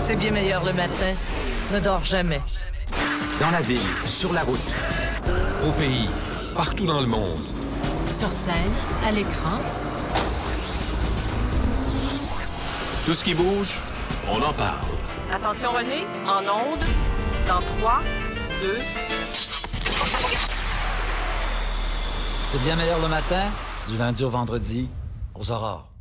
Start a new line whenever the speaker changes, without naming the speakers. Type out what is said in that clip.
c'est bien meilleur le matin. Ne dors jamais.
Dans la ville, sur la route,
au pays, partout dans le monde.
Sur scène, à l'écran.
Tout ce qui bouge, on en parle.
Attention René, en onde, dans 3, 2...
C'est bien meilleur le matin, du lundi au vendredi, aux aurores.